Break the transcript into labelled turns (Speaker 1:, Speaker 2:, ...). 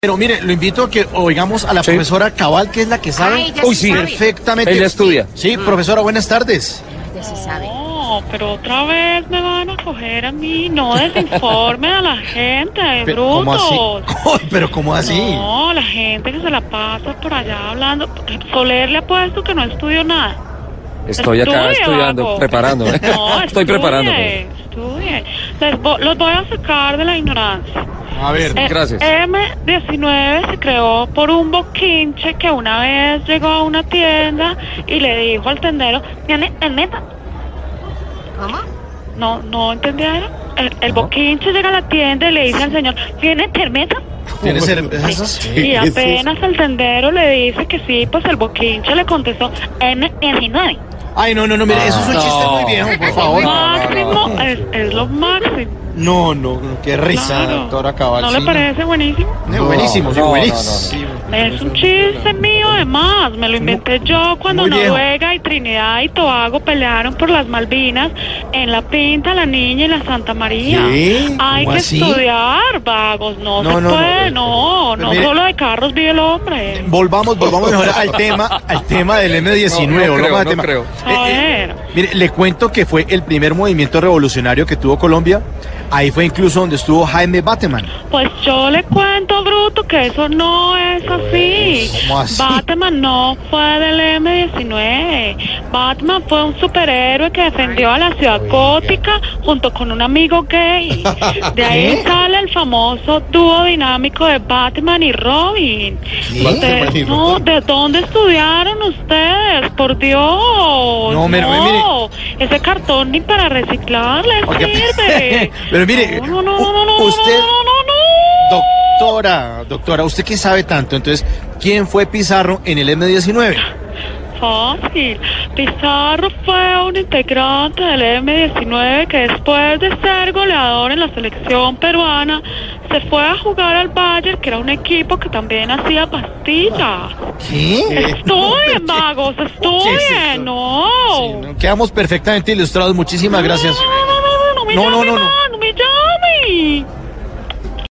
Speaker 1: Pero mire, lo invito a que oigamos a la
Speaker 2: Sí.
Speaker 1: profesora Cabal, que es la que sabe
Speaker 3: Ah, ella
Speaker 2: Uy, sí.
Speaker 3: sabe.
Speaker 1: perfectamente.
Speaker 2: Ella estudia.
Speaker 1: Sí, profesora, buenas tardes.
Speaker 3: Ya se sabe.
Speaker 4: No, pero otra vez me van a coger a mí. No desinformen a la gente,
Speaker 1: Pero, ¿Cómo así?
Speaker 4: brutos.
Speaker 1: Pero ¿cómo así?
Speaker 4: No, la gente que se la pasa por allá hablando. Soler le ha puesto que no estudio nada.
Speaker 2: Estoy acá
Speaker 4: Estudie,
Speaker 2: estudiando,
Speaker 4: vago.
Speaker 2: preparándome.
Speaker 4: No,
Speaker 2: Estoy
Speaker 4: estudie,
Speaker 2: preparándome.
Speaker 4: estudie. Les vo- los voy a sacar de la ignorancia.
Speaker 1: A ver,
Speaker 4: Eh,
Speaker 2: Gracias.
Speaker 4: M19 se creó por un boquinche que una vez llegó a una tienda y le dijo al tendero, ¿tiene el meta?
Speaker 3: ¿Cómo?
Speaker 4: No, no entendieron. El, el boquinche llega a la tienda y le dice al señor, ¿tiene termeta?
Speaker 1: ¿tienes cervezas?
Speaker 4: Y apenas el tendero le dice que sí, pues el boquinche le contestó, M19.
Speaker 1: Ay, no, no, no, mire, eso es un
Speaker 2: No.
Speaker 1: chiste muy viejo, por favor.
Speaker 2: No.
Speaker 4: máximo, Es, es lo máximo.
Speaker 1: No, no, no, qué risa,
Speaker 4: Claro.
Speaker 1: doctora Cabal.
Speaker 4: ¿No
Speaker 1: sí,
Speaker 4: le parece buenísimo?
Speaker 1: Eh, Buenísimo, sí,
Speaker 2: No, no,
Speaker 1: buenísimo.
Speaker 4: Es un chiste mío además, me lo inventé yo cuando
Speaker 1: muy viejo.
Speaker 4: Noruega y Trinidad y Tobago pelearon por las Malvinas en la Pinta, la Niña y la Santa María.
Speaker 1: ¿Qué?
Speaker 4: Hay
Speaker 1: ¿Cómo
Speaker 4: que
Speaker 1: así?
Speaker 4: estudiar, vagos, no,
Speaker 1: No,
Speaker 4: se
Speaker 1: no,
Speaker 4: puede,
Speaker 1: no,
Speaker 4: no,
Speaker 1: pero
Speaker 4: no,
Speaker 1: mire-
Speaker 4: solo de carros vive el hombre.
Speaker 1: Volvamos, volvamos mejor al tema, al tema del M19.
Speaker 2: No, no creo,
Speaker 1: volvamos al
Speaker 2: no
Speaker 1: tema.
Speaker 2: creo.
Speaker 1: Eh, eh,
Speaker 4: Joder.
Speaker 1: Mire, le cuento que fue el primer movimiento revolucionario que tuvo Colombia. Ahí fue incluso donde estuvo Jaime Bateman.
Speaker 4: Pues yo le cuento, Bruto, que eso no es así.
Speaker 1: Pues, ¿Cómo así?
Speaker 4: Batman no fue del M19. Batman fue un superhéroe que defendió a la ciudad gótica junto con un amigo gay. De ahí
Speaker 1: ¿Qué?
Speaker 4: sale el famoso dúo dinámico de Batman y Robin.
Speaker 1: ¿Qué?
Speaker 4: Ustedes-
Speaker 1: Batman y
Speaker 4: no, ¿De dónde estudiaron ustedes? Por Dios.
Speaker 1: No, eh,
Speaker 4: No,
Speaker 1: mire,
Speaker 4: ese cartón ni para reciclar le
Speaker 1: Oiga,
Speaker 4: sirve.
Speaker 1: pero mire,
Speaker 4: no, no, no, no, no, no,
Speaker 1: usted-
Speaker 4: no, no, no.
Speaker 1: Doctora, doctora, usted que sabe tanto, entonces, ¿quién fue Pizarro en el M19?
Speaker 4: Fácil. Pizarro fue un integrante del M19 que después de ser goleador en la selección peruana se fue a jugar al Bayern, que era un equipo que también hacía pastilla.
Speaker 1: ¿Qué?
Speaker 4: Estudien, vagos, estudien, no.
Speaker 1: Sí, no, Quedamos
Speaker 4: Ah.
Speaker 1: perfectamente ilustrados, muchísimas gracias.
Speaker 4: No, no, no, no, no, no, me
Speaker 1: No, no,
Speaker 4: llame,
Speaker 1: no, no.
Speaker 4: man, no me llame.